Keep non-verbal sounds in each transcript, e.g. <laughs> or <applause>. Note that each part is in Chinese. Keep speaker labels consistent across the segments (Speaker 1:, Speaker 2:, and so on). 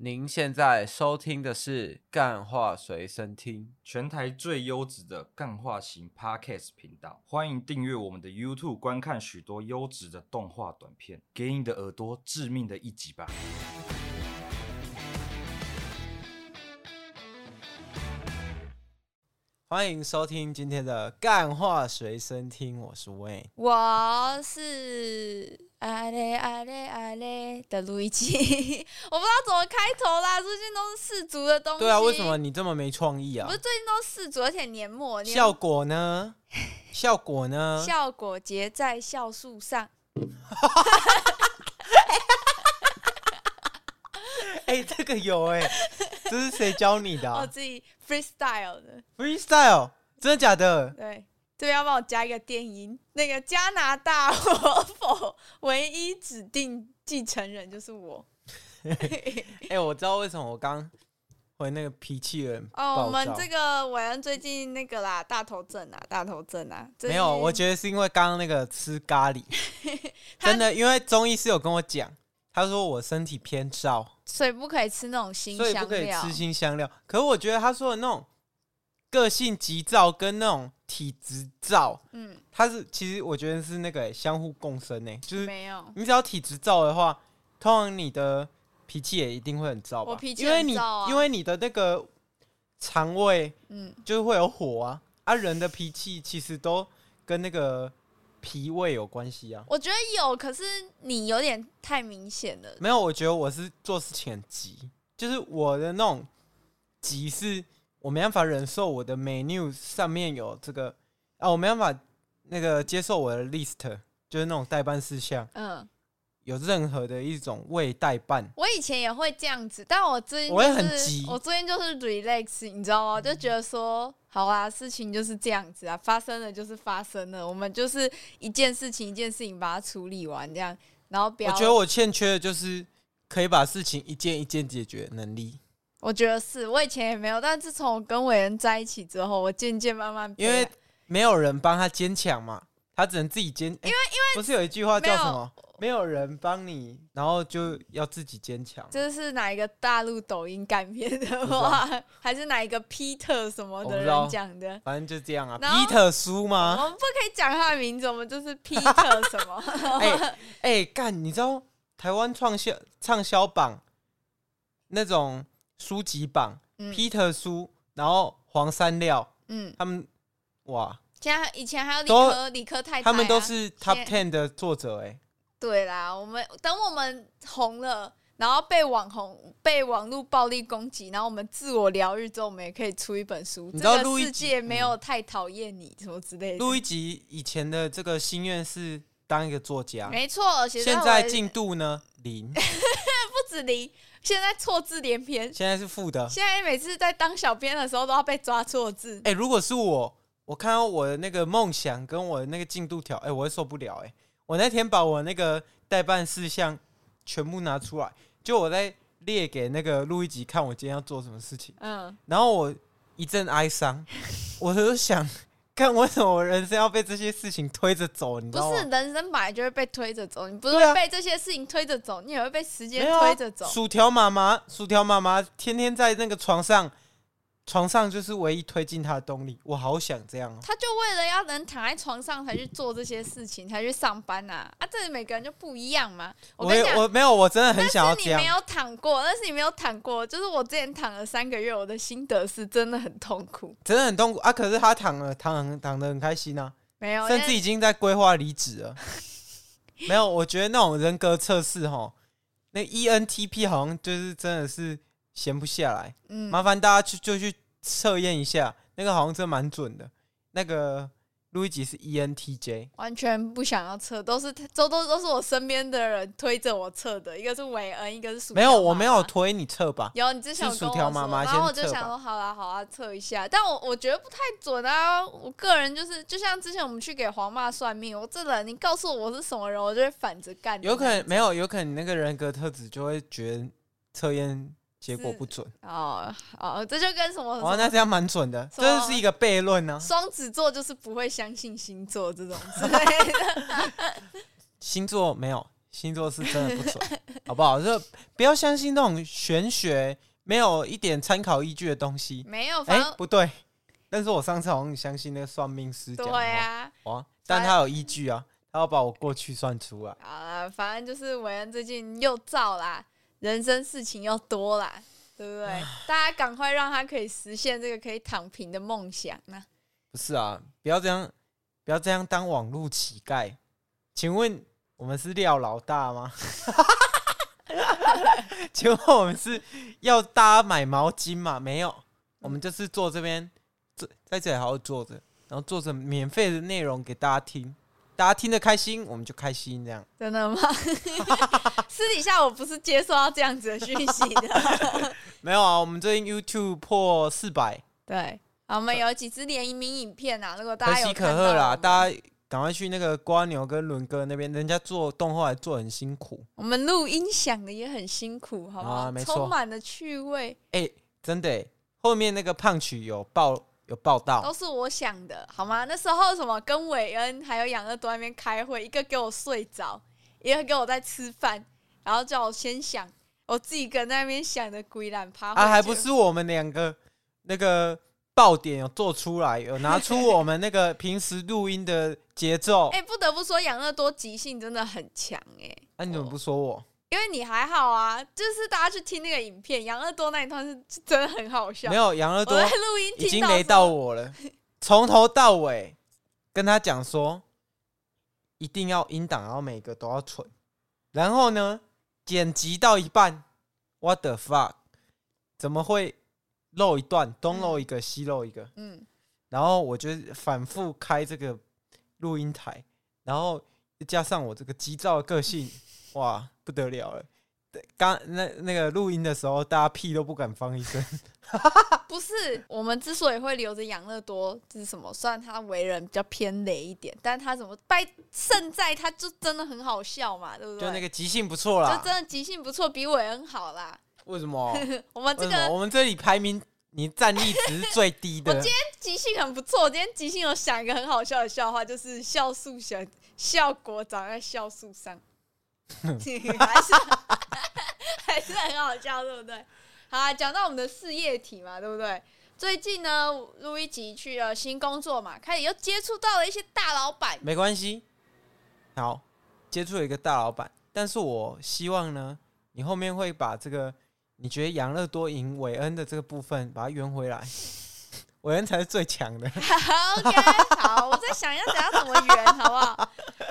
Speaker 1: 您现在收听的是《干话随身听
Speaker 2: 全台最优质的干化型 Podcast 频道，欢迎订阅我们的 YouTube，观看许多优质的动画短片，给你的耳朵致命的一击吧！》。
Speaker 3: 欢迎收听今天的《干话随身听》，我是 Wayne。
Speaker 4: 我是阿嘞阿嘞阿嘞的录一集， <laughs> 我不知道怎么开头啦，最近都是四足的东西。
Speaker 3: 对啊，为什么？你这么没创意啊
Speaker 4: 不是？最近都是四足，而且年末年
Speaker 3: 效果呢？效果
Speaker 4: <laughs>
Speaker 3: 呢？
Speaker 4: 效果结在酵素上，
Speaker 3: 哎、这个有哎、这是谁教你的、
Speaker 4: 我
Speaker 3: 啊
Speaker 4: 哦自己 freestyle 的。
Speaker 3: ？Freestyle，真的假的？
Speaker 4: 对，这边要帮我加一个电音，那个加拿大 <laughs> 活否唯一指定继承人就是我。
Speaker 3: 哎、我知道为什么我刚回那个脾气有点
Speaker 4: 哦，我
Speaker 3: 暴
Speaker 4: 们
Speaker 3: 躁
Speaker 4: 这个韦恩最近那个啦，大头症啊，大头症啊，最
Speaker 3: 没有，
Speaker 4: 近
Speaker 3: 我觉得是因为刚刚那个吃
Speaker 4: <laughs>
Speaker 3: 咖喱，真的，因为中医师有跟我讲，他说我身体偏燥，
Speaker 4: 所以不可以吃那种新
Speaker 3: 所以不
Speaker 4: 香
Speaker 3: 可以
Speaker 4: 料
Speaker 3: 吃。新香料。可是我觉得他说的那种个性急躁跟那种体质燥，
Speaker 4: 嗯，
Speaker 3: 它是其实我觉得是那个、欸相互共生呢、就是
Speaker 4: 没有，
Speaker 3: 你只要体质燥的话，通常你的脾气也一定会很燥吧？
Speaker 4: 我脾气
Speaker 3: 因为你
Speaker 4: 很燥啊
Speaker 3: 因为你的那个肠胃
Speaker 4: 嗯，
Speaker 3: 就是会有火啊，啊人的脾气其实都跟那个脾胃有关系啊。
Speaker 4: 我觉得有，可是你有点太明显了。
Speaker 3: 没有，我觉得我是做事情很急，就是我的那种急是，我没办法忍受我的 menu 上面有这个啊，我没办法那个接受我的 list，就是那种代办事项
Speaker 4: 嗯，
Speaker 3: 有任何的一种未代办。
Speaker 4: 我以前也会这样子，但我最近、
Speaker 3: 我
Speaker 4: 就是、
Speaker 3: 也很急嗯
Speaker 4: 我最近就是 relax，你知道吗？就觉得说，好啊，事情就是这样子啊，发生了就是发生了，我们就是一件事情一件事情把它处理完，这样，然后不
Speaker 3: 我
Speaker 4: 要。
Speaker 3: 觉得我欠缺的就是可以把事情一件一件解决的能力，
Speaker 4: 我觉得是我以前也没有，但自从我跟伟人在一起之后，我渐渐慢慢被
Speaker 3: 因为没有人帮他坚强嘛，他只能自己坚。因为因为不是有一句话叫什么？没有人帮你，然后就要自己坚强。
Speaker 4: 这是哪一个大陆抖音干片的话，还是哪一个 Peter 什么
Speaker 3: 我不
Speaker 4: 的
Speaker 3: 知道啊
Speaker 4: 人讲的？
Speaker 3: 反正就这样啊。
Speaker 4: 然后
Speaker 3: Peter 叔
Speaker 4: 我
Speaker 3: 吗？
Speaker 4: 们不可以讲他的名字，我们就是
Speaker 3: <laughs>
Speaker 4: Peter 什么？
Speaker 3: 哎哎，干，你知道台湾创销畅销榜那种书籍榜、
Speaker 4: 嗯
Speaker 3: p e t e r 叔，然后黄山料
Speaker 4: 嗯，
Speaker 3: 他们，哇，
Speaker 4: 现在以前还有理
Speaker 3: 都
Speaker 4: 科理科太太啊、
Speaker 3: 他们都是 Top
Speaker 4: 现
Speaker 3: Ten 的作者哎、
Speaker 4: 对啦。我们等我们红了，然后被网红被网络暴力攻击，然后我们自我疗愈之后，我们也可以出一本书。
Speaker 3: 你知道
Speaker 4: 这
Speaker 3: 录
Speaker 4: 个
Speaker 3: 一
Speaker 4: 世
Speaker 3: 集嗯
Speaker 4: 界没有太讨厌你什么之类的。
Speaker 3: 录一集以前的这个心愿是当一个作家，
Speaker 4: 没错，现
Speaker 3: 啊现
Speaker 4: 在
Speaker 3: 在
Speaker 4: 我
Speaker 3: 进度呢零，
Speaker 4: 不止零，现在错字连篇。
Speaker 3: 现在是负的。
Speaker 4: 现在每次在当小编的时候都要被抓错字。
Speaker 3: 哎、如果是我，我看到我的那个梦想跟我的那个进度条，哎、我会受不了、哎，我那天把我那个代办事项全部拿出来，就我在列给那个录一集看我今天要做什么事情，
Speaker 4: 嗯，
Speaker 3: 然后我一阵哀伤，我就想，看为什么我人生要被这些事情推着走，你知
Speaker 4: 不
Speaker 3: 道
Speaker 4: 是
Speaker 3: 吗？
Speaker 4: 人生本来就会被推着走，你不是
Speaker 3: 对啊
Speaker 4: 会被这些事情推着走，你也会被时间
Speaker 3: 没有啊
Speaker 4: 推着走。
Speaker 3: 薯条妈妈，薯条妈妈天天在那个床上，床上就是唯一推进她的动力。我好想这样哦、
Speaker 4: 他就为了要能躺在床上才去做这些事情，才去上班呐、啊。啊，这每个人就不一样嘛。
Speaker 3: 我
Speaker 4: 跟你
Speaker 3: 也
Speaker 4: 讲，
Speaker 3: 我没有，我真的很想要
Speaker 4: 但是
Speaker 3: 这
Speaker 4: 你
Speaker 3: 样
Speaker 4: 没。有躺过，但是你没有躺过，就是我之前躺了三个月，我的心得是真的很痛苦。
Speaker 3: 真的很痛苦啊！可是他躺了，躺很躺的很开心啊，
Speaker 4: 没有，
Speaker 3: 甚至已经在规划离职了。 <laughs> 没有，我觉得那种人格测试哈，那 E ENTP 好像就是真的是闲不下来。
Speaker 4: 嗯
Speaker 3: 麻烦大家去就去测验一下，那个好像真蛮准的。那个路易吉是 E ENTJ，
Speaker 4: 完全不想要测，都是都都都是我身边的人推着我测的，一个是韦恩，一个是薯
Speaker 3: 没
Speaker 4: 条妈
Speaker 3: 有，
Speaker 4: 妈
Speaker 3: 我没有推你测吧？
Speaker 4: 有你之前有
Speaker 3: 是
Speaker 4: 跟
Speaker 3: 薯
Speaker 4: 我
Speaker 3: 条
Speaker 4: 说，
Speaker 3: 妈妈
Speaker 4: 然后我
Speaker 3: 先
Speaker 4: 就
Speaker 3: 测
Speaker 4: 想
Speaker 3: 吧
Speaker 4: 说，好啦好啦，测一下，但我我觉得不太准啊。我个人就是，就像之前我们去给黄妈算命，我这人你告诉我我是什么人，我就会反着干的那
Speaker 3: 有
Speaker 4: 种。
Speaker 3: 可能没有，有可能你那个人格特质就会觉得测验结果不准。
Speaker 4: 哦哦，这就跟什么
Speaker 3: 哦，
Speaker 4: 什么
Speaker 3: 那这样蛮准的，
Speaker 4: 什
Speaker 3: 这
Speaker 4: 么
Speaker 3: 是一个悖论呢、
Speaker 4: 双子座就是不会相信星座
Speaker 3: <laughs>
Speaker 4: 这种之类的。 <laughs>
Speaker 3: 星座没有，星座是真的不准。好不好？就不要相信那种玄学没有一点参考依据的东西。
Speaker 4: 没有，
Speaker 3: 哎、
Speaker 4: 嗯反正、
Speaker 3: 不对，但是我上次好像相信那个算命师讲的话
Speaker 4: 对啊，
Speaker 3: 哦，但他有依据啊，他要把我过去算出来。
Speaker 4: 好啦，反正就是韦恩最近又燥啦，人生事情又多啦，对不对？大家赶快让他可以实现这个可以躺平的梦想啊！
Speaker 3: 不是啊，不要这样，不要这样当网络乞丐。请问我们是廖老大吗？ <laughs> 请问我们是要大家买毛巾吗？没有，我们就是坐这边，坐在这里好好坐着，然后做着免费的内容给大家听，大家听得开心，我们就开心这样。
Speaker 4: 真的吗？ <laughs> 私底下我不是接收到这样子的讯息
Speaker 3: <laughs>
Speaker 4: 的。
Speaker 3: 没有啊，我们最近 YouTube 破四百，
Speaker 4: 对，好，我们有几支联名影片啊，如果大
Speaker 3: 可
Speaker 4: 家
Speaker 3: 喜
Speaker 4: 有
Speaker 3: 可
Speaker 4: 看
Speaker 3: 贺
Speaker 4: 到
Speaker 3: 啦！
Speaker 4: 我们
Speaker 3: 大家赶快去那个瓜牛跟伦哥那边，人家做动画还做得很辛苦。
Speaker 4: 我们录音想的也很辛苦，好不好？
Speaker 3: 啊没错
Speaker 4: 充满了趣味，
Speaker 3: 哎、真的、欸，后面那个胖曲有报有报
Speaker 4: 都
Speaker 3: 道，
Speaker 4: 是我想的，好吗？那时候什么跟韦恩还有养乐多在那边开会，一个给我睡着，一个给我在吃饭，然后叫我先想，我自己跟在那边想的鬼懒趴会
Speaker 3: 啊，还
Speaker 4: 觉
Speaker 3: 不
Speaker 4: 得
Speaker 3: 是我们两个那个爆点有做出来，有拿出我们那
Speaker 4: <laughs>
Speaker 3: 个平时录音的节奏。
Speaker 4: 哎、不得不说养乐多即兴真的很强哎、
Speaker 3: 那、你怎么不说我？
Speaker 4: 因为你还好啊，就是大家去听那个影片，养乐多那一段是是真的很好笑。
Speaker 3: 没有，杨乐
Speaker 4: 我
Speaker 3: 多
Speaker 4: 在录音
Speaker 3: 已
Speaker 4: 听
Speaker 3: 经
Speaker 4: 到
Speaker 3: 雷
Speaker 4: 之
Speaker 3: 到
Speaker 4: 后
Speaker 3: 我了，从头到尾跟他讲说，一定要音档，然后每个都要存。然后呢，剪辑到一半，what the fuck，怎么会漏一段，东漏一个，西漏一个？
Speaker 4: 嗯，
Speaker 3: 然后我就反复开这个录音台，然后加上我这个急躁的个性，哇，不得了了！对刚那那个录音的时候，大家屁都不敢放一
Speaker 4: <laughs>
Speaker 3: 声，
Speaker 4: 啊不是，我们之所以会留着养乐多，是什么？虽然他为人比较偏雷一点，但他怎么败胜在他就真的很好笑嘛，对不对？
Speaker 3: 就那个即兴不
Speaker 4: 就
Speaker 3: 错啦。
Speaker 4: 真的即兴不错，比韦恩好啦。 <laughs>
Speaker 3: 为什么？
Speaker 4: 我们
Speaker 3: 为
Speaker 4: 这
Speaker 3: 什么？
Speaker 4: 个
Speaker 3: 我们这里排名你战力值是最低
Speaker 4: <laughs> 我
Speaker 3: 的
Speaker 4: 今，即兴很不错，我今天即兴有想一个很好笑的笑话，就是酵素小效果长在酵素上， <laughs> 还是还是很好笑，对不对？好啊，讲到我们的事业体嘛，对不对？最近呢，路易吉去了新工作嘛，开始又接触到了一些大老板，
Speaker 3: 没关系。好，接触了一个大老板，但是我希望呢，你后面会把这个你觉得养乐多赢韦恩的这个部分，把它圆回来， <laughs> 韦恩才是最强的。
Speaker 4: 好 OK，好，我再想一下，等下怎么圆，好不好？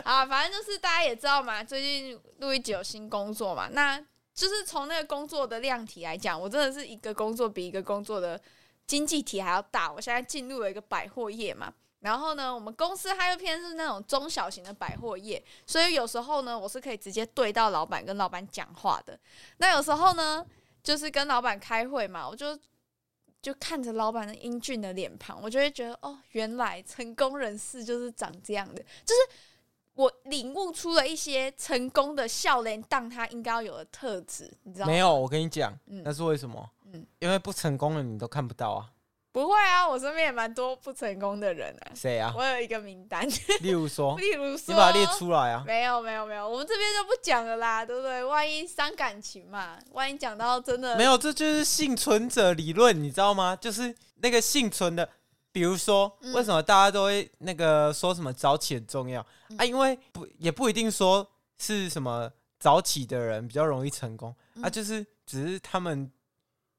Speaker 4: 好，反正就是大家也知道嘛，最近路易吉有新工作嘛，那就是从那个工作的量体来讲，我真的是一个工作比一个工作的经济体还要大。我现在进入了一个百货业嘛，然后呢，我们公司它又偏是那种中小型的百货业，所以有时候呢，我是可以直接对到老板，跟老板讲话的。那有时候呢，就是跟老板开会嘛，我就就看着老板的英俊的脸庞，我就会觉得哦，原来成功人士就是长这样的，就是我领悟出了一些成功的笑脸当他应该要有的特质，你知道吗
Speaker 3: 没？有，我跟你讲，
Speaker 4: 嗯
Speaker 3: 那是为什么？
Speaker 4: 嗯
Speaker 3: 因为不成功的你都看不到
Speaker 4: <laughs>
Speaker 3: 啊。
Speaker 4: 不会啊，我身边也蛮多不成功的人啊，
Speaker 3: 谁啊？
Speaker 4: 我有一个名单，
Speaker 3: 例如说，
Speaker 4: <laughs> 例如
Speaker 3: 哦你
Speaker 4: 说，
Speaker 3: 把它列出来啊。
Speaker 4: 没有没有没有，我们这边就不讲了啦，对不对？万一伤感情嘛，万一讲到真的
Speaker 3: 没有，这就是幸存者理论，你知道吗？就是那个幸存的，比如说，
Speaker 4: 嗯
Speaker 3: 为什么大家都会那个说什么早起很重要
Speaker 4: 嗯
Speaker 3: 啊？因为不也不一定说是什么早起的人比较容易成功啊，
Speaker 4: 嗯
Speaker 3: 就是只是他们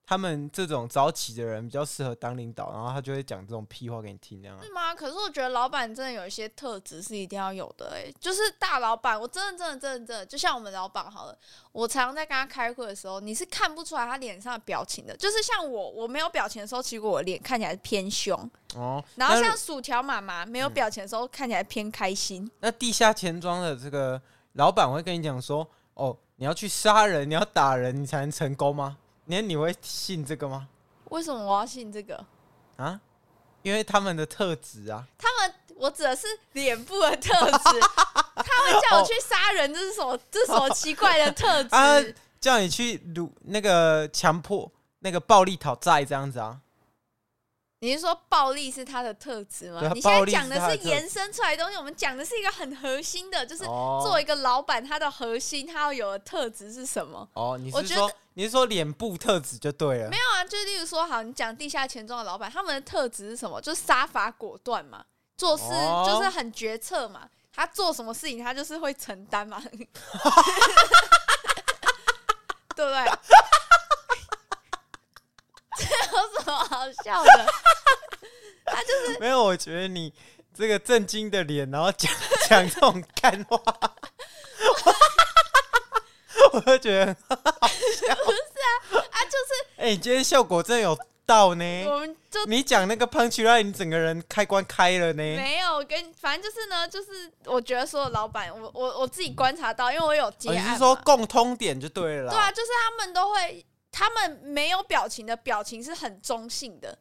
Speaker 3: 他们这种早起的人比较适合当领导，然后他就会讲这种屁话给你听，那样啊
Speaker 4: 是吗？可是我觉得老板真的有一些特质是一定要有的、欸，就是大老板，我真的真的真的真的，就像我们老板好了，我常常在跟他开会的时候，你是看不出来他脸上的表情的，就是像我，我没有表情的时候，其实我脸看起来是偏凶，
Speaker 3: 哦。
Speaker 4: 然后
Speaker 3: 那嗯
Speaker 4: 像薯条妈妈没有表情的时候，看起来偏开心，
Speaker 3: 那地下钱庄的这个老板会跟你讲说，哦，你要去杀人，你要打人，你才能成功吗？你你会信这个吗？
Speaker 4: 为什么我要信这个？
Speaker 3: 啊，因为他们的特质啊，
Speaker 4: 他们，我指的是脸部的特
Speaker 3: <laughs>
Speaker 4: 质。他们叫我去杀人，这是什么？这是什么奇怪的特质？
Speaker 3: <laughs> 啊，叫你去掳那个强迫那个暴力讨债这样子啊，
Speaker 4: 你是说暴力是它的特质吗
Speaker 3: 对啊？
Speaker 4: 你现在
Speaker 3: 暴力是
Speaker 4: 讲的
Speaker 3: 它的
Speaker 4: 是
Speaker 3: 特质
Speaker 4: 延伸出来的东西，我们讲的是一个很核心的，就是
Speaker 3: 哦
Speaker 4: 做一个老板，他的核心他要有的特质是什么？
Speaker 3: 哦，你
Speaker 4: 我
Speaker 3: 是
Speaker 4: 觉
Speaker 3: 说
Speaker 4: 得
Speaker 3: 你是说脸部特质就对了
Speaker 4: 没，有啊，就例如说，好，你讲地下钱庄的老板，他们的特质是什么？就是杀伐果断嘛，做事
Speaker 3: 哦
Speaker 4: 就是很决策嘛。他做什么事情，他就是会承担嘛，对不对？这有什么好笑的？
Speaker 3: <laughs> 没有，我觉得你这个震惊的脸，然后讲讲这种干话， <laughs> 我就觉得，
Speaker 4: 啊，就是
Speaker 3: 哎、你今天效果真的有到呢。
Speaker 4: 我们就
Speaker 3: 你讲那个 punch line，你整个人开关开了呢。哦
Speaker 4: 没有我跟，反正就是呢，就是我觉得所有老板，我我我自己观察到，因为我啊有接
Speaker 3: 哦、
Speaker 4: 案
Speaker 3: 你
Speaker 4: 嘛、
Speaker 3: 是说共通点就对了啦。
Speaker 4: 对啊，就是他们都会，他们没有表情的表情是很中性的，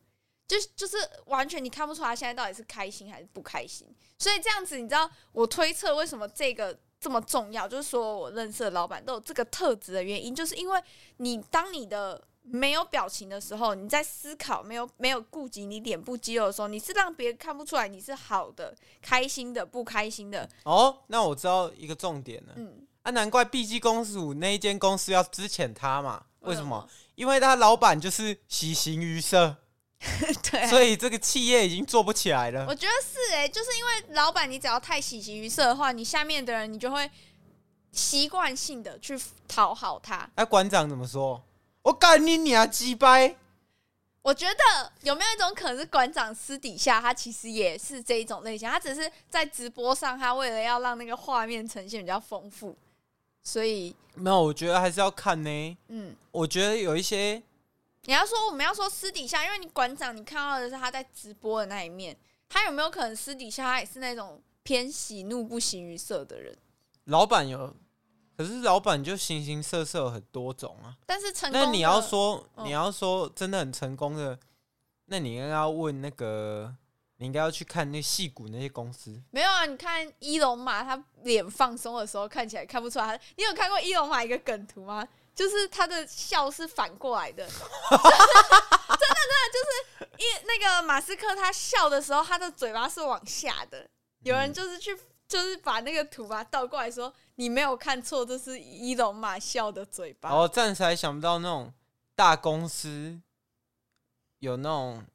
Speaker 4: 就是就是完全你看不出他现在到底是开心还是不开心。所以这样子，你知道我推测为什么这个这么重要，就是说我认识的老板都有这个特质的原因，就是因为你当你的没有表情的时候，你在思考没有没有顾及你脸部肌肉的时候，你是让别人看不出来你是好的、开心的、不开心的。
Speaker 3: 哦，那我知道一个重点了。
Speaker 4: 嗯，
Speaker 3: 啊，难怪 BG 公主那一间公司要支遣他嘛？为什么
Speaker 4: 为？
Speaker 3: 因为他老板就是喜形于色，
Speaker 4: <laughs> 对啊
Speaker 3: 所以这个企业已经做不起来了
Speaker 4: <laughs> 我。觉得是哎、就是因为老板你只要太喜形于色的话，你下面的人你就会习惯性的去讨好他。
Speaker 3: 那、啊馆长怎么说？我干你娘鸡掰！
Speaker 4: 我觉得有没有一种可能是馆长私底下他其实也是这一种类型，他只是在直播上，他为了要让那个画面呈现比较丰富，所以
Speaker 3: 没有，我觉得还是要看呢。
Speaker 4: 嗯，
Speaker 3: 我觉得有一些
Speaker 4: 你要说我们要说私底下，因为你馆长你看到的是他在直播的那一面，他有没有可能私底下他也是那种偏喜怒不形于色的人？
Speaker 3: 老板有，可是老板就形形色色很多种啊。
Speaker 4: 但是成功
Speaker 3: 那你
Speaker 4: 的
Speaker 3: 要说，
Speaker 4: 嗯
Speaker 3: 你要说真的很成功的，那你应该要问那个，你应该要去看那戏骨那些公司。
Speaker 4: 没有啊，你看伊隆马他脸放松的时候，看起来看不出来。你有看过伊隆马一个梗图吗？就是他的笑是反过来的， <laughs> 真的真的就是一那个马斯克他笑的时候，他的嘴巴是往下的。有人就是去就是把那个图吧倒过来说，你没有看错，这是伊隆马笑的嘴巴。
Speaker 3: 然后哦暂时还想不到那种大公司有那种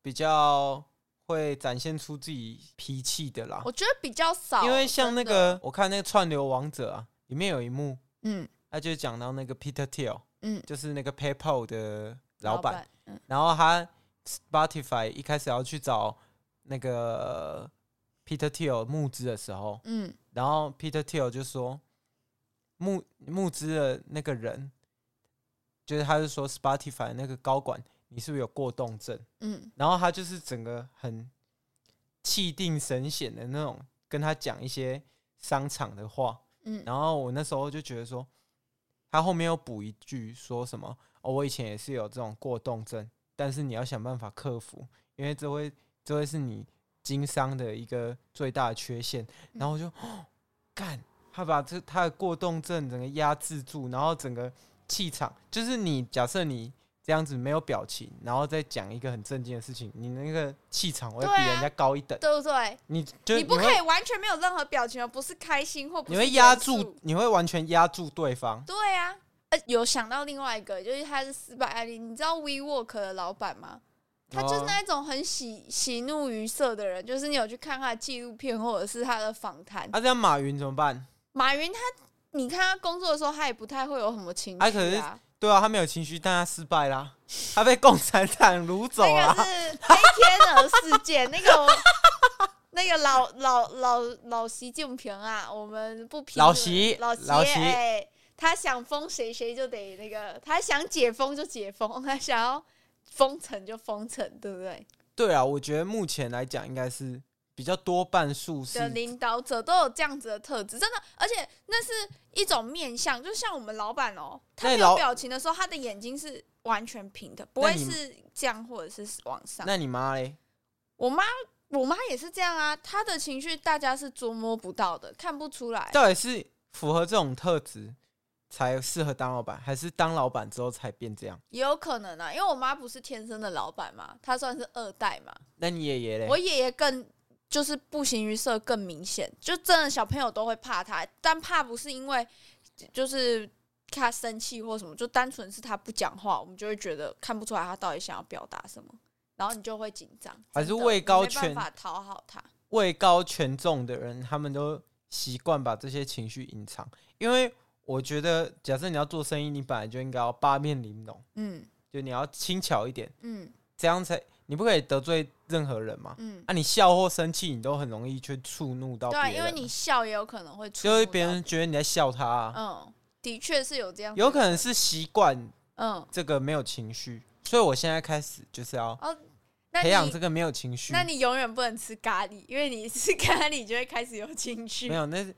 Speaker 3: 比较会展现出自己脾气的啦
Speaker 4: 我。觉得比较少，
Speaker 3: 因为像那
Speaker 4: 真的
Speaker 3: 个，我看那个串流王者啊，里面有一幕，
Speaker 4: 嗯
Speaker 3: 他就讲到那个 Peter Thiel，
Speaker 4: 嗯，
Speaker 3: 就是那个 PayPal 的老板，
Speaker 4: 嗯，
Speaker 3: 然后他 Spotify 一开始要去找那个 Peter Thiel 募资的时候，
Speaker 4: 嗯
Speaker 3: 然后 Peter Thiel 就说募募资的那个人，就是他就说 Spotify 那个高管，你是不是有过动症？
Speaker 4: 嗯
Speaker 3: 然后他就是整个很气定神闲的那种，跟他讲一些商场的话，
Speaker 4: 嗯
Speaker 3: 然后我那时候就觉得说，他后面又补一句说什么哦，我以前也是有这种过动症，但是你要想办法克服，因为这会这会是你经商的一个最大的缺陷。然后我就 <sniffs> 哦干、他把这他的过动症整个压制住，然后整个气场，就是你假设你。这样子没有表情，然后再讲一个很正经的事情，你那个气场会
Speaker 4: 对
Speaker 3: 比
Speaker 4: 啊
Speaker 3: 人家高一等。
Speaker 4: 对不对？
Speaker 3: 你就
Speaker 4: 你不
Speaker 3: 会
Speaker 4: 可以完全没有任何表情哦，不是开心或不
Speaker 3: 你
Speaker 4: 是
Speaker 3: 会压
Speaker 4: 严肃
Speaker 3: 住，你会完全压住对方。
Speaker 4: 对啊，呃，有想到另外一个，就是他是失败案例。你知道 WeWork 的老板吗？他就是
Speaker 3: 哦
Speaker 4: 那一种很喜喜怒于色的人，就是你有去看他的纪录片或者是他的访谈。
Speaker 3: 啊，这样马云怎么办？
Speaker 4: 马云他，你看他工作的时候，他也不太会有什么情绪
Speaker 3: 哎可是
Speaker 4: 啊。
Speaker 3: 对啊，他没有情绪，但他失败啦，他被共产党掳走
Speaker 4: 那个
Speaker 3: 啦。
Speaker 4: 是黑天鹅事件，那
Speaker 3: <laughs>
Speaker 4: 个我那个老老老老习近平啊，我们不评论
Speaker 3: 老习
Speaker 4: 老习
Speaker 3: 老习
Speaker 4: 哎，他想封谁谁就得那个，他想解封就解封，他想要封城就封城，对不对？
Speaker 3: 对啊，我觉得目前来讲应该是比较多半数
Speaker 4: 的
Speaker 3: 是，
Speaker 4: 领导者都有这样子的特质，真的，而且那是一种面相，就像我们老板哦，他
Speaker 3: 那
Speaker 4: 没
Speaker 3: 你
Speaker 4: 有
Speaker 3: 老
Speaker 4: 表情的时候，他的眼睛是完全平的，不
Speaker 3: 那
Speaker 4: 会
Speaker 3: 你
Speaker 4: 是这样或者是往上。
Speaker 3: 那你妈嘞？
Speaker 4: 我妈，我妈也是这样啊，她的情绪大家是捉摸不到的，看不出来。
Speaker 3: 到底是符合这种特质才适合当老板，还是当老板之后才变这样？
Speaker 4: 也有可能啊，因为我妈不是天生的老板嘛，她算是二代嘛。
Speaker 3: 那你爷爷嘞？
Speaker 4: 我爷爷更就是步行于色更明显，就真的小朋友都会怕他，但怕不是因为就是他生气或什么，就单纯是他不讲话，我们就会觉得看不出来他到底想要表达什么，然后你就会紧张，
Speaker 3: 还是
Speaker 4: 真的
Speaker 3: 位高
Speaker 4: 你没
Speaker 3: 权
Speaker 4: 办法讨好他。
Speaker 3: 位高权重的人，他们都习惯把这些情绪隐藏，因为我觉得，假设你要做生意，你本来就应该要八面玲珑，
Speaker 4: 嗯
Speaker 3: 就你要轻巧一点，
Speaker 4: 嗯
Speaker 3: 这样才你不可以得罪任何人嘛。
Speaker 4: 嗯，
Speaker 3: 啊，你笑或生气，你都很容易去触怒到
Speaker 4: 对
Speaker 3: 别
Speaker 4: 啊，
Speaker 3: 人，
Speaker 4: 因为你笑也有可能会触
Speaker 3: 就会
Speaker 4: 怒
Speaker 3: 别
Speaker 4: 到
Speaker 3: 人觉得你在笑他、啊，
Speaker 4: 嗯，的确是有这样子的，
Speaker 3: 有可能是习惯
Speaker 4: 嗯。
Speaker 3: 这个没有情绪，所以我现在开始就是要
Speaker 4: 哦，那
Speaker 3: 培养这
Speaker 4: 你
Speaker 3: 个没有情绪。
Speaker 4: 那你永远不能吃咖喱，因为你吃 <laughs> 咖喱就会开始有情绪。
Speaker 3: 没有那是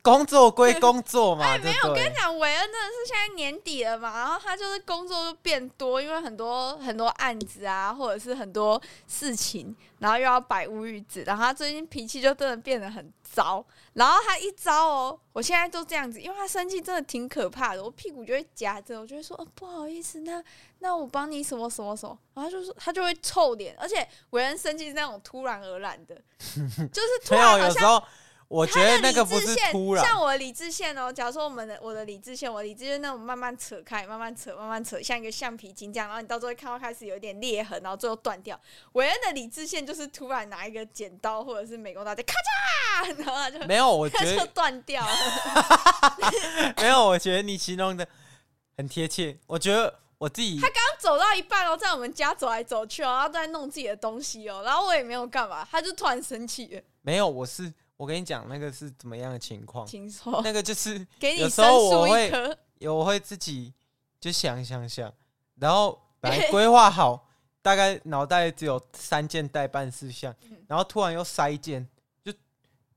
Speaker 3: 工作归工作
Speaker 4: <laughs>
Speaker 3: 嘛，对
Speaker 4: 哎没
Speaker 3: 不
Speaker 4: 有，我跟
Speaker 3: <laughs> 对
Speaker 4: 你？讲，韦恩真的是现在年底了嘛，然后他就是工作就变多，因为很多很多案子啊，或者是很多事情，然后又要摆乌日子，然后他最近脾气就真的变得很糟。然后他一糟哦，我现在都这样子，因为他生气真的挺可怕的，我屁股就会夹着，我就会说、哦、不好意思，那那我帮你什么什么什么，然后他就说他就会臭脸，而且韦恩生气是那种突然而然的，就是突
Speaker 3: 没
Speaker 4: 然好
Speaker 3: 有，
Speaker 4: 像
Speaker 3: 有时候我觉
Speaker 4: 他
Speaker 3: 得
Speaker 4: 的
Speaker 3: 那
Speaker 4: 理
Speaker 3: 个不
Speaker 4: 智
Speaker 3: 是
Speaker 4: 线，
Speaker 3: 突然，
Speaker 4: 像我的理智线哦，假如说我们的我的理智线，我的理智线那种慢慢扯开，慢慢扯，慢慢扯，像一个橡皮筋这样，然后你到最后看到开始有一点裂痕，然后最后断掉。韦恩的理智线就是突然拿一个剪刀或者是美工刀在咔嚓，然后他就
Speaker 3: 没有，我
Speaker 4: 他
Speaker 3: 觉
Speaker 4: 就
Speaker 3: 得
Speaker 4: 断掉了。
Speaker 3: <laughs> 没有，我觉得你形容的很贴切。我觉得我自己
Speaker 4: 他走到一半哦，在我们家走来走去哦，然后都在弄自己的东西哦，然后我也没有干嘛，他就突然生气了，
Speaker 3: 没有，我是我跟你讲那个是怎么样的情况，
Speaker 4: 请说，
Speaker 3: 那个就是
Speaker 4: 哦 <laughs> 给你
Speaker 3: 有时
Speaker 4: 申
Speaker 3: 候
Speaker 4: 诉
Speaker 3: 我
Speaker 4: 一
Speaker 3: 会
Speaker 4: 颗。
Speaker 3: 有我会自己就想想想，然后本来规划
Speaker 4: <laughs>
Speaker 3: 好，大概脑袋只有三件待办事项
Speaker 4: 嗯，
Speaker 3: 然后突然又塞一件，就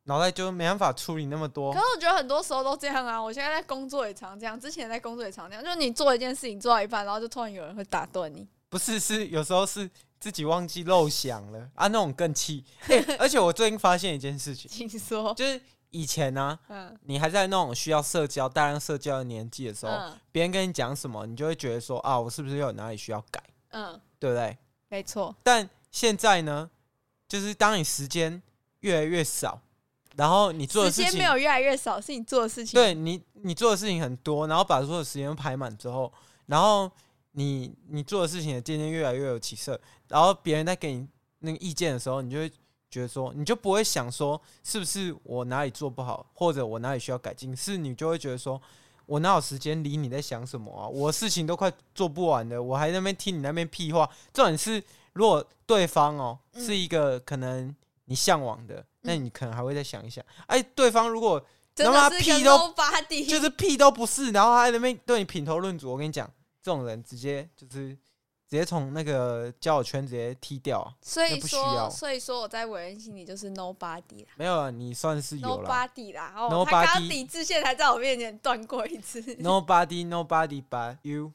Speaker 3: 脑袋就没办法处理那么多
Speaker 4: 可。是我觉得很多时候都这样啊，我现在在工作也常这样，之前在工作也常这样，就是你做一件事情做到一半，然后就突然有人会打断你。 <laughs>
Speaker 3: 不是，是有时候是自己忘记漏想了啊，那种更气、 <laughs> 欸而且我最近发现一件
Speaker 4: <laughs>
Speaker 3: 事情，
Speaker 4: 请说，
Speaker 3: 就是以前呢、
Speaker 4: 嗯
Speaker 3: 你还在那种需要社交、大量社交的年纪的时候，
Speaker 4: 嗯
Speaker 3: 别人跟你讲什么，你就会觉得说啊，我是不是有哪里需要改，
Speaker 4: 嗯，
Speaker 3: 对不对？
Speaker 4: 没错，
Speaker 3: 但现在呢，就是当你时间越来越少，然后你做的
Speaker 4: 时
Speaker 3: 事
Speaker 4: 间
Speaker 3: 情
Speaker 4: 没，有越来越少，是你做的事情。，
Speaker 3: 对你你做的事情很多，然后把所有时间都排满之后，然后你你做的事情也渐渐越来越有起色，然后别人在给你那个意见的时候，你就会觉得说，你就不会想说是不是我哪里做不好，或者我哪里需要改进，是你就会觉得说。我哪有时间理你在想什么啊？我事情都快做不完了，我还在那边听你那边屁话。重点是，如果对方哦、
Speaker 4: 嗯
Speaker 3: 是一个可能你向往的，那
Speaker 4: 嗯
Speaker 3: 你可能还会再想一想。哎，对方如果
Speaker 4: 真
Speaker 3: 然后
Speaker 4: 的
Speaker 3: 他
Speaker 4: 是一
Speaker 3: 屁
Speaker 4: 个
Speaker 3: 都
Speaker 4: low body，
Speaker 3: <laughs> 就是屁都不是，然后还在那边对你品头论足。我跟你讲，这种人直接就是直接从那个交友圈直接踢掉啊。
Speaker 4: 所
Speaker 3: 那
Speaker 4: 以
Speaker 3: 不需
Speaker 4: 说，
Speaker 3: 要
Speaker 4: 所以说我在伟人心里就是 no body 啦
Speaker 3: 没有啊，你算是
Speaker 4: ，no
Speaker 3: 有了。
Speaker 4: body 啦。哦
Speaker 3: Nobody
Speaker 4: 他刚刚理智线还在我面前断过一次。
Speaker 3: Nobody, nobody but you。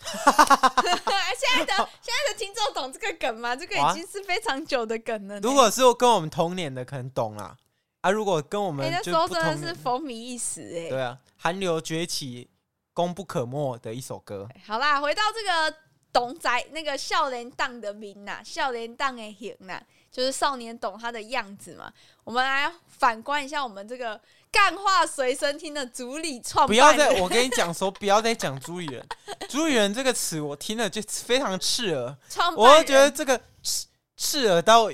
Speaker 4: <laughs> 现在的现在的听众懂这个梗吗？这个
Speaker 3: 哇
Speaker 4: 已经是非常久的梗了呢。
Speaker 3: 如果是跟我们同年的，可能懂啦。啊，如果跟我
Speaker 4: 哎
Speaker 3: 们
Speaker 4: 那时
Speaker 3: 就
Speaker 4: 候
Speaker 3: 不
Speaker 4: 真
Speaker 3: 同
Speaker 4: 的
Speaker 3: 年
Speaker 4: 是风靡一时哎。
Speaker 3: 对啊，韩流崛起，功不可没的一首歌。
Speaker 4: 好啦，回到这个董仔那个少年党的名呐、少年党的形呐、就是少年懂他的样子嘛。我们来反观一下我们这个干话随身听的主理创
Speaker 3: 不
Speaker 4: 办
Speaker 3: 要
Speaker 4: 人，
Speaker 3: 再，我跟你讲说，不要再讲朱雨人。朱雨人这个词，我听了就非常刺耳。
Speaker 4: 创办
Speaker 3: 我
Speaker 4: 人
Speaker 3: 就觉得这个刺刺耳到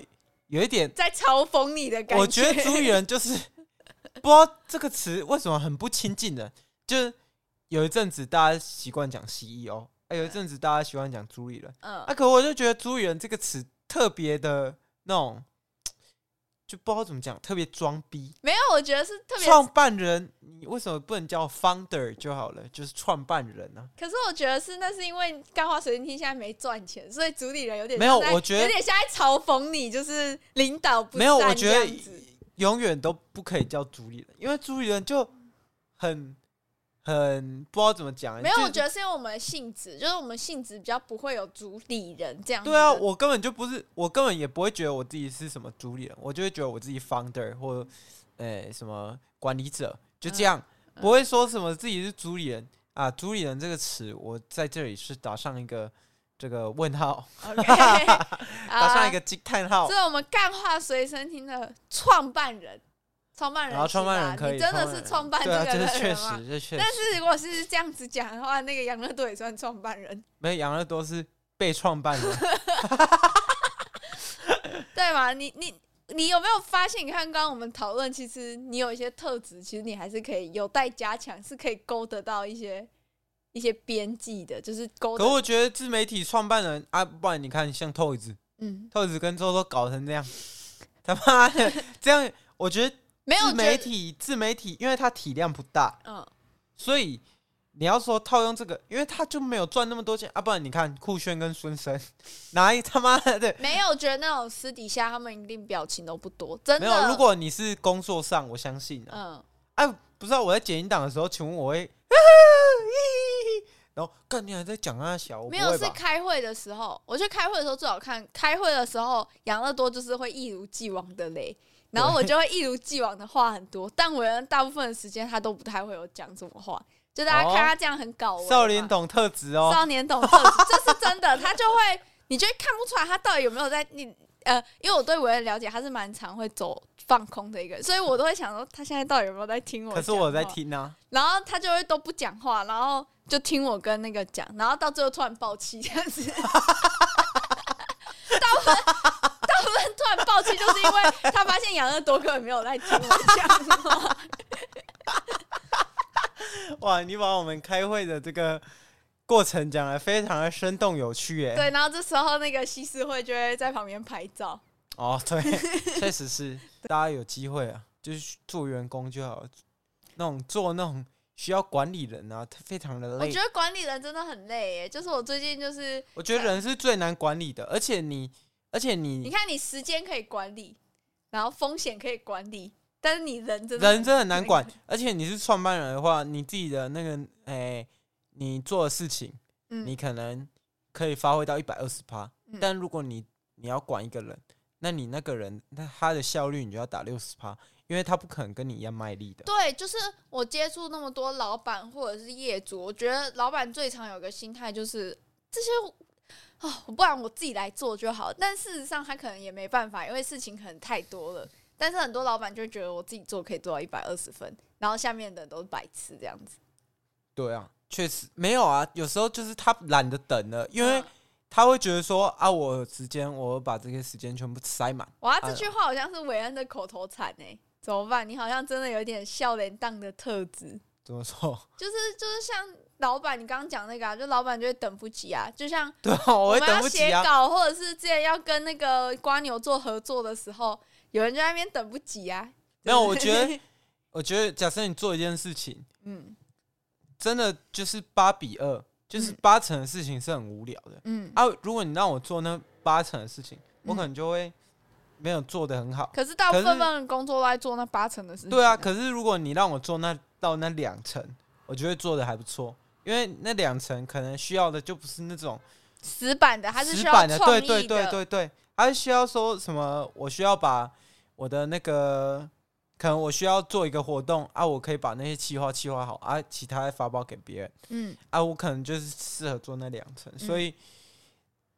Speaker 3: 有一点，
Speaker 4: 在嘲讽你的感
Speaker 3: 我觉得朱雨人就是 <laughs> 不知道这个词为什么很不亲近人。就是有一阵子大家习惯讲西医哦，哎，有一阵子大家习惯讲朱雨人，
Speaker 4: <laughs> 嗯
Speaker 3: 啊，可我就觉得朱雨人这个词特别的那种，就不知道怎么讲，特别装逼。
Speaker 4: 没有，我觉得是特别。
Speaker 3: 创办人，你为什么不能叫 founder 就好了？就是创办人啊。
Speaker 4: 可是我觉得是那是因为干话随身听现在没赚钱，所以主理人有点
Speaker 3: 没有
Speaker 4: 像在
Speaker 3: 我觉得
Speaker 4: 有点像在嘲讽你，就是领导不
Speaker 3: 没有，我
Speaker 4: 善
Speaker 3: 觉
Speaker 4: 这
Speaker 3: 得
Speaker 4: 样子
Speaker 3: 永远都不可以叫主理人，因为主理人就很很不知道怎么讲欸。
Speaker 4: 没有，
Speaker 3: 就
Speaker 4: 我觉得是因为我们的性质，就是我们性质比较不会有主理人这样子的。
Speaker 3: 对啊，我根本就不是，我根本也不会觉得我自己是什么
Speaker 4: 嗯
Speaker 3: 主理人，我就会觉得我自己 founder 或呃、什么管理者，就这样。不会说什么自己是主理人啊，主理人这个词我在这里是打上一个这个问号，
Speaker 4: OK，
Speaker 3: <laughs> 打上一
Speaker 4: 个。
Speaker 3: 个惊叹号
Speaker 4: 啊 <laughs> 这。是我们干话随身听的创办人，创办人是吧，
Speaker 3: 然后创办人可以，
Speaker 4: 啊你真的是创办这
Speaker 3: 对
Speaker 4: 个
Speaker 3: 啊，这
Speaker 4: 人
Speaker 3: 是确
Speaker 4: 吗
Speaker 3: 实，这确实
Speaker 4: 但。是如果是这样子讲的话，那个养乐多也算创办人， <laughs>
Speaker 3: 没有养乐多是被创办的，
Speaker 4: 对吗？你你你有没有发现？你看刚刚我们讨论，其实你有一些特质，其实你还是可以有待加强，是可以勾得到一些一些边际的，就是勾得
Speaker 3: 可我觉得自媒体创办人啊，不然你看像 Toys。
Speaker 4: 嗯
Speaker 3: 透子跟周周搞成这样，他妈的这样，我觉得
Speaker 4: 没有
Speaker 3: 自媒
Speaker 4: 觉得
Speaker 3: 体自媒体，因为它体量不大，
Speaker 4: 嗯
Speaker 3: 所以你要说套用这个，因为他就没有赚那么多钱啊。不然你看酷炫跟孙生， <laughs> 哪一他妈的对？
Speaker 4: 没有觉得那种私底下他们一定表情都不多，真
Speaker 3: 没
Speaker 4: 的
Speaker 3: 有，如果你是工作上，我相信啊。
Speaker 4: 嗯
Speaker 3: 哎、不知道我在剪音档的时候，请问我会， <laughs> 然后干你还在讲啊小，我不
Speaker 4: 没有
Speaker 3: 会
Speaker 4: 是
Speaker 3: 吧？
Speaker 4: 开会的时候，我去开会的时候最好看。开会的时候，养乐多就是会一如既往的雷，然后我就会一如既往的话很多，但我人大部分的时间他都不太会有讲什么话，就大家
Speaker 3: 哦
Speaker 4: 看他这样很搞、哦。
Speaker 3: 少年懂特质哦，
Speaker 4: 少年懂特质，这是 <laughs> 真的，他就会，你就会看不出来他到底有没有在你呃，因为我对维恩了解，他是蛮常会走放空的一个人，所以我都会想说他现在到底有没有在听我。
Speaker 3: 可是我在，听啊。
Speaker 4: 然后他就会都不讲话，然后就听我跟那个讲，然后到最后突然爆气这样子。
Speaker 3: <laughs>
Speaker 4: 大部分大部分突然爆气，就是因为他发现养乐多根本没有在听我讲话。
Speaker 3: <laughs> 哇，你把我们开会的这个过程讲得非常的生动有趣耶。，
Speaker 4: 对，然后这时候那个西施会就会在旁边拍照。 <laughs>
Speaker 3: 哦，对，确实是，大家有机会啊，就是去做员工就好了，那种做那种需要管理人啊，他非常的
Speaker 4: 我
Speaker 3: 累
Speaker 4: 觉。得管理人真的很累耶，就是我最近就是，
Speaker 3: 我觉得人是最难管理的，而且你，而且
Speaker 4: 你
Speaker 3: 你
Speaker 4: 看你时间可以管理，然后风险可以管理，但是你人真的
Speaker 3: 人真的很难管，而且你是创办人的话，你自己的那个，哎、你做的事情，
Speaker 4: 嗯
Speaker 3: 你可能可以发挥到一百二十趴
Speaker 4: 嗯，
Speaker 3: 但如果你你要管一个人，那你那个人那他的效率你就要打六十趴，因为他不可能跟你一样卖力的。
Speaker 4: 对，就是我接触那么多老板或者是业主，我觉得老板最常有个心态就是这些啊、不然我自己来做就好。但事实上他可能也没办法，因为事情可能太多了。但是很多老板就会觉得我自己做可以做到一百二十分，然后下面的人都是白痴这样子。
Speaker 3: 对啊，确实没有啊，有时候就是他懒得等了，因为
Speaker 4: 嗯
Speaker 3: 他会觉得说啊，我有时间我把这些时间全部塞满。
Speaker 4: 哇，这句话好像是韦恩的口头禅哎、怎么办？你好像真的有点笑脸档的特质。
Speaker 3: 怎么说？ <laughs>
Speaker 4: 就是就是像老板，你刚刚讲那个啊，就老板就会等不及啊，就像
Speaker 3: 对啊，我会
Speaker 4: 们
Speaker 3: 等
Speaker 4: 要
Speaker 3: 不
Speaker 4: 写
Speaker 3: 及啊。
Speaker 4: 稿，或者是之前要跟那个瓜牛做合作的时候，有人就在那边等不及啊。
Speaker 3: 没有，我觉得，我觉得，假设你做一件事情，
Speaker 4: <laughs> 嗯
Speaker 3: 真的就是八比二，就是
Speaker 4: 嗯
Speaker 3: 八成的事情是很无聊的。
Speaker 4: 嗯，
Speaker 3: 啊，如果你让我做那八成的事情，我
Speaker 4: 嗯
Speaker 3: 可能就会没有做得很好。
Speaker 4: 可是大部
Speaker 3: 可
Speaker 4: 分
Speaker 3: 是
Speaker 4: 的工作都在做那八成的事情。
Speaker 3: 对啊，可是如果你让我做那到那两层，我觉得做的还不错，因为那两层可能需要的就不是那种
Speaker 4: 死板的，它啊是
Speaker 3: 死
Speaker 4: 需要
Speaker 3: 板的，
Speaker 4: 创
Speaker 3: 对
Speaker 4: 意
Speaker 3: 对对对对，还需要说什么？我需要把我的那个，可能我需要做一个活动啊，我可以把那些企划企划好啊，其他再发包给别人。
Speaker 4: 嗯
Speaker 3: 啊，我可能就是适合做那两层，所以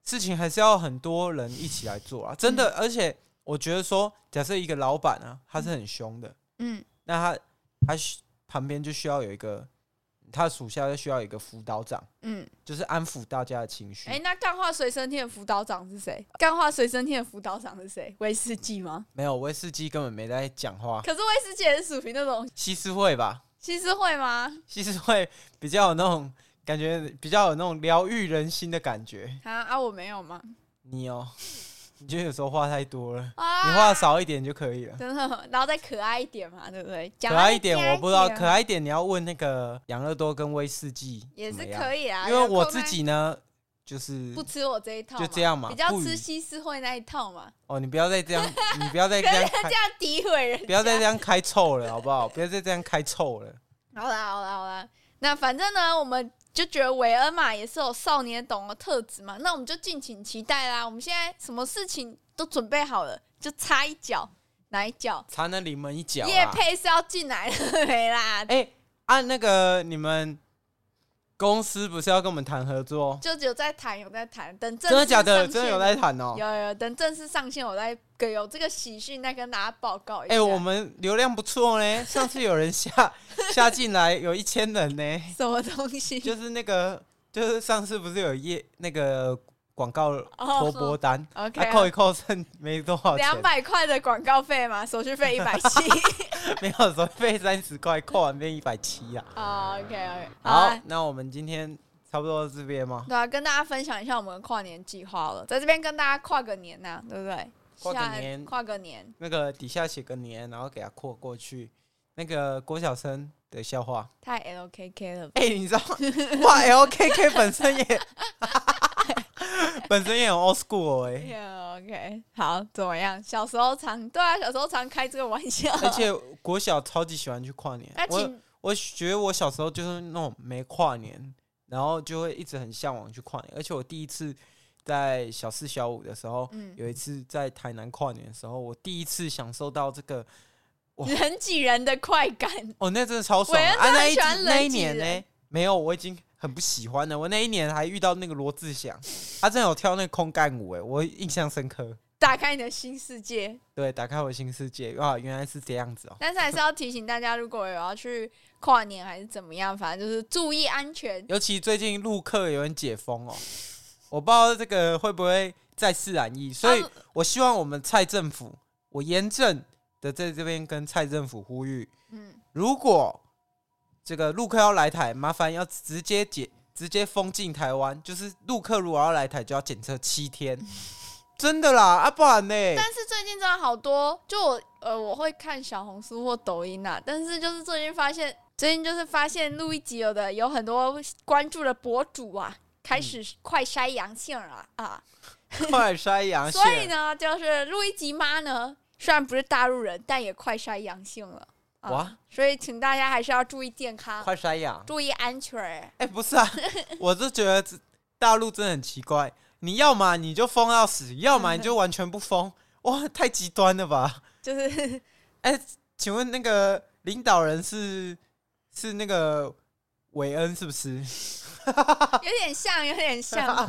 Speaker 3: 事情还是要很多人一起来做啊，真
Speaker 4: 嗯
Speaker 3: 的。而且我觉得说，假设一个老板啊，他是很凶的，
Speaker 4: 嗯
Speaker 3: 那他他需旁边就需要有一个他的属下就需要有一个辅导长，
Speaker 4: 嗯。
Speaker 3: 就是安抚大家的情绪。
Speaker 4: 哎、那干话随身听的辅导长是谁？干话随身听的辅导长是谁？威士忌吗？
Speaker 3: 没有，威士忌根本没在讲话，
Speaker 4: 可是威士忌也是属于那种
Speaker 3: 西施会吧？
Speaker 4: 西施会吗？
Speaker 3: 西施会比较有那种感觉，比较有那种疗愈人心的感觉。
Speaker 4: 啊啊，我没有吗？
Speaker 3: 你哦，你就有时候话太多了，
Speaker 4: 啊，
Speaker 3: 你话少一点就可以了。
Speaker 4: 真的，然后再可爱一点嘛，对不对？讲
Speaker 3: 可
Speaker 4: 话
Speaker 3: 爱
Speaker 4: 再
Speaker 3: 一点
Speaker 4: 嗲
Speaker 3: 我不知道，可
Speaker 4: 嘛
Speaker 3: 爱一点你要问那个养乐多跟威士忌
Speaker 4: 也是
Speaker 3: 怎么样
Speaker 4: 可以啊，
Speaker 3: 因为
Speaker 4: 有
Speaker 3: 我
Speaker 4: 空
Speaker 3: 自
Speaker 4: 再
Speaker 3: 己呢就是
Speaker 4: 不吃我这一套，
Speaker 3: 就这样嘛
Speaker 4: 比较
Speaker 3: 不
Speaker 4: 吃
Speaker 3: 与
Speaker 4: 西施会那一套
Speaker 3: <laughs>
Speaker 4: 嘛，
Speaker 3: 哦，你不要再
Speaker 4: <laughs>
Speaker 3: 这样，你不要再这样开
Speaker 4: 这，样诋毁人。
Speaker 3: 不要再这样开臭了，好不好？不要再这样开臭了。
Speaker 4: 好啦好啦好啦，那反正呢，我们就觉得韦恩嘛也是有少年懂的特质嘛，那我们就敬请期待啦。我们现在什么事情都准备好了，就差一脚，哪一脚？
Speaker 3: 插那临门一脚啊
Speaker 4: 叶
Speaker 3: 啦。
Speaker 4: 佩是要进来了没啦？
Speaker 3: <laughs> 哎，啊，那个你们公司不是要跟我们谈合作？
Speaker 4: 就只有在谈，有在谈，等正
Speaker 3: 真的假的？
Speaker 4: 式上线
Speaker 3: 真的有在谈哦、
Speaker 4: 有有等正式上线，我再给有这个喜讯再跟大家报告一下。
Speaker 3: 哎、我们流量不错呢，上次有人
Speaker 4: <laughs>
Speaker 3: 下下进来有一千人呢，
Speaker 4: 什么东西？
Speaker 3: 就是那个就是上次不是有业那个广告
Speaker 4: 哦
Speaker 3: 托播单，
Speaker 4: OK，啊哦
Speaker 3: 他、扣一扣剩没多少钱
Speaker 4: 两，百块的广告费嘛，手续费一百
Speaker 3: <laughs>
Speaker 4: 七。
Speaker 3: 没有所费三十块，扣完变一百七呀。
Speaker 4: 啊，OK OK，好
Speaker 3: 好
Speaker 4: 啊，，
Speaker 3: 那我们今天差不多到这边吗？
Speaker 4: 对啊，跟大家分享一下我们的跨年计划了，在这边跟大家跨个年呐、对不对？
Speaker 3: 跨个
Speaker 4: 下
Speaker 3: 年
Speaker 4: 跨个年，
Speaker 3: 那个底下写个年，然后给它扩过去。那个郭晓生的笑
Speaker 4: <laughs>
Speaker 3: 话，
Speaker 4: 太 LKK 了吧，
Speaker 3: 哎、你知道哇
Speaker 4: <laughs>
Speaker 3: ？LKK 本身也 <laughs> 本身也很 old school 哎、
Speaker 4: 啊 Yeah, OK，好，怎么样？小时候常对啊，小时候常开这个玩笑。
Speaker 3: 而且国小超级喜欢去跨年
Speaker 4: 那，
Speaker 3: 我
Speaker 4: 请
Speaker 3: 我觉得我小时候就是那种没跨年，然后就会一直很向往去跨年。而且我第一次在小四小五的时候，
Speaker 4: 嗯
Speaker 3: 有一次在台南跨年的时候，我第一次享受到这个，哇
Speaker 4: 人挤人的快感，
Speaker 3: 哦，那真的超爽
Speaker 4: 伟
Speaker 3: 的
Speaker 4: 恩真的
Speaker 3: 啊！那
Speaker 4: 很
Speaker 3: 一
Speaker 4: 喜欢
Speaker 3: 集那一
Speaker 4: 人挤
Speaker 3: 年
Speaker 4: 人
Speaker 3: 呢，没有，我已经很不喜欢了。我那一年还遇到那个罗志祥，他真的有跳那个空干舞，哎，我印象深刻。
Speaker 4: 打开你的新世界。
Speaker 3: 对，打开我的新世界，哇，原来是这样子哦、
Speaker 4: 但是还是要提醒大家，如果有要去跨年还是怎么样，反正就是注意安全。
Speaker 3: 尤其最近陆客有点解封哦，我不知道这个会不会再次染疫，所以
Speaker 4: 啊
Speaker 3: 我希望我们蔡政府，我严正的在这边跟蔡政府呼吁，
Speaker 4: 嗯，
Speaker 3: 如果这个陆客要来台，麻烦要直接解直接封禁台湾，就是陆客如果要来台就要检测七天，真的啦，啊不然呢？
Speaker 4: 但是最近真的好多，就我呃，我会看小红书或抖音啊，但是就是最近发现，最近就是发现路易吉有的有很多关注的博主啊，
Speaker 3: 嗯
Speaker 4: 开始快筛阳性了啊。啊
Speaker 3: 快筛阳性
Speaker 4: 所，以呢，就是路易吉妈呢，虽然不是大陆人，但也快筛阳性了。啊、
Speaker 3: 哇！
Speaker 4: 所以请大家还是要注意健康，
Speaker 3: 快筛阳，
Speaker 4: 注意安全。
Speaker 3: 哎、不是啊，我是觉得这大陆真的很奇怪，你要么你就封到死，要么你就完全不封，哇，太极端了吧？
Speaker 4: 就是 <laughs>
Speaker 3: 请问那个领导人是是那个韦恩是不是？
Speaker 4: 有点像，有点
Speaker 3: <laughs>
Speaker 4: 像，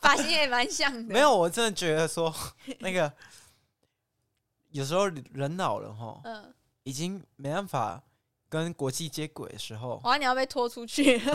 Speaker 4: 发型也蛮像的。
Speaker 3: 没有，，我真的觉得说 <laughs> 那个有时候人老了哈，
Speaker 4: 嗯、
Speaker 3: 已经没办法跟国际接轨的时候，
Speaker 4: 哇，你要被拖出去了，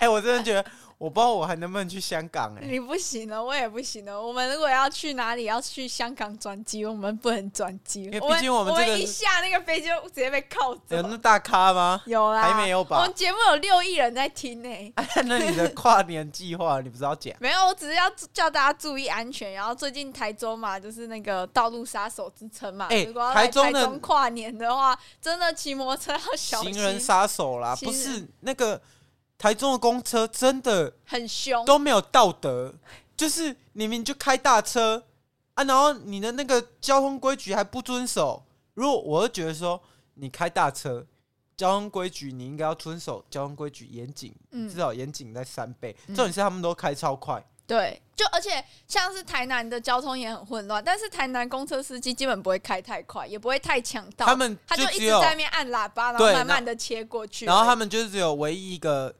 Speaker 3: 哎、我真的觉得我不知道我还能不能去香港哎、
Speaker 4: 你不行了，我也不行了。我们如果要去哪里，要去香港转机，我们不能转机。
Speaker 3: 为
Speaker 4: 我
Speaker 3: 毕
Speaker 4: 们
Speaker 3: 竟我们这个哎
Speaker 4: 一下那个飞机就直接被铐走。
Speaker 3: 有那么大
Speaker 4: <laughs>
Speaker 3: 咖吗？
Speaker 4: 有啦，
Speaker 3: 还没有吧
Speaker 4: 我们节目有六亿人在听呢、
Speaker 3: <laughs> 那你的跨年计划你不知道讲？
Speaker 4: 没有，我只是要叫大家注意安全。然后最近台州嘛，就是那个道路杀手之称嘛。
Speaker 3: 哎
Speaker 4: 如果要来
Speaker 3: 台
Speaker 4: 台
Speaker 3: 中的
Speaker 4: 中跨年的话，真的骑摩托车要 <laughs> 小心，
Speaker 3: 行人杀手啦，
Speaker 4: 行
Speaker 3: 不
Speaker 4: 人
Speaker 3: 是那个台中的公车真的
Speaker 4: 很凶。
Speaker 3: 都没有道德，就是你明明就开大车啊，然后你的那个交通规矩还不遵守。如果我会觉得说你开大车，交通规矩你应该要遵守，交通规矩严谨，
Speaker 4: 嗯
Speaker 3: 至少严谨在三倍。
Speaker 4: 嗯
Speaker 3: 重点是他们都开超快，
Speaker 4: 对，就而且像是台南的交通也很混乱，但是台南公车司机基本不会开太快，也不会太抢道，
Speaker 3: 他们
Speaker 4: 他就一
Speaker 3: 只
Speaker 4: 直
Speaker 3: 有，
Speaker 4: 在那边按喇叭，然后
Speaker 3: 对
Speaker 4: 慢慢的切过去。
Speaker 3: 然后他们就是只有唯一一个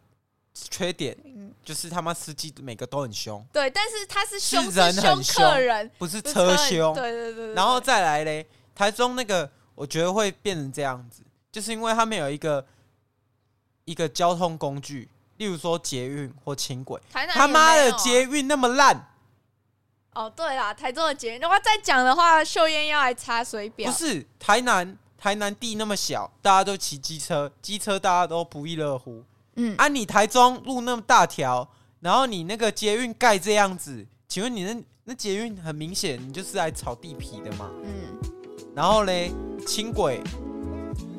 Speaker 3: 缺点，
Speaker 4: 嗯
Speaker 3: 就是他妈司机每个都很凶，
Speaker 4: 对，但是他是凶
Speaker 3: 是人
Speaker 4: 是
Speaker 3: 很凶
Speaker 4: 客人，
Speaker 3: 不是
Speaker 4: 不是
Speaker 3: 车
Speaker 4: 很
Speaker 3: 凶。
Speaker 4: 对对对对。
Speaker 3: 然后
Speaker 4: 对
Speaker 3: 再来嘞，台中那个我觉得会变成这样子，就是因为他们有一个一个交通工具，例如说捷运或轻轨，
Speaker 4: 台南
Speaker 3: 他
Speaker 4: 也
Speaker 3: 妈
Speaker 4: 没
Speaker 3: 的
Speaker 4: 有啊
Speaker 3: 捷运那么烂，
Speaker 4: 哦，对啦，台中的捷运的话，再讲的话，秀燕要来查水表
Speaker 3: 不。是台南台南地那么小，大家都骑机车，机车大家都不亦乐乎
Speaker 4: 嗯，
Speaker 3: 啊！你台中路那么大条，然后你那个捷运盖这样子，请问你那那捷运很明显你就是来炒地皮的嘛？
Speaker 4: 嗯，
Speaker 3: 然后嘞，轻轨，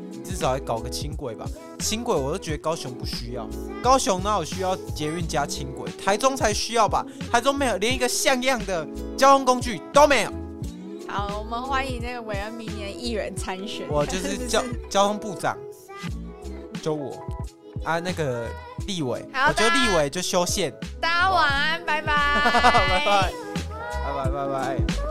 Speaker 3: 你至少也搞个轻轨吧。轻轨我都觉得高雄不需要，高雄哪有需要捷运加轻轨？台中才需要吧？台中没有连一个像样的交通工具都没有。
Speaker 4: 好，我们欢迎那个韦恩明年议员参选。
Speaker 3: 我
Speaker 4: <laughs>
Speaker 3: 就是交交通部长，就我啊，那个立委，
Speaker 4: 好
Speaker 3: 我觉
Speaker 4: 大
Speaker 3: 得
Speaker 4: 家
Speaker 3: 立委就修宪。 <laughs>
Speaker 4: 大家晚安，拜拜，
Speaker 3: 拜拜，拜拜拜拜。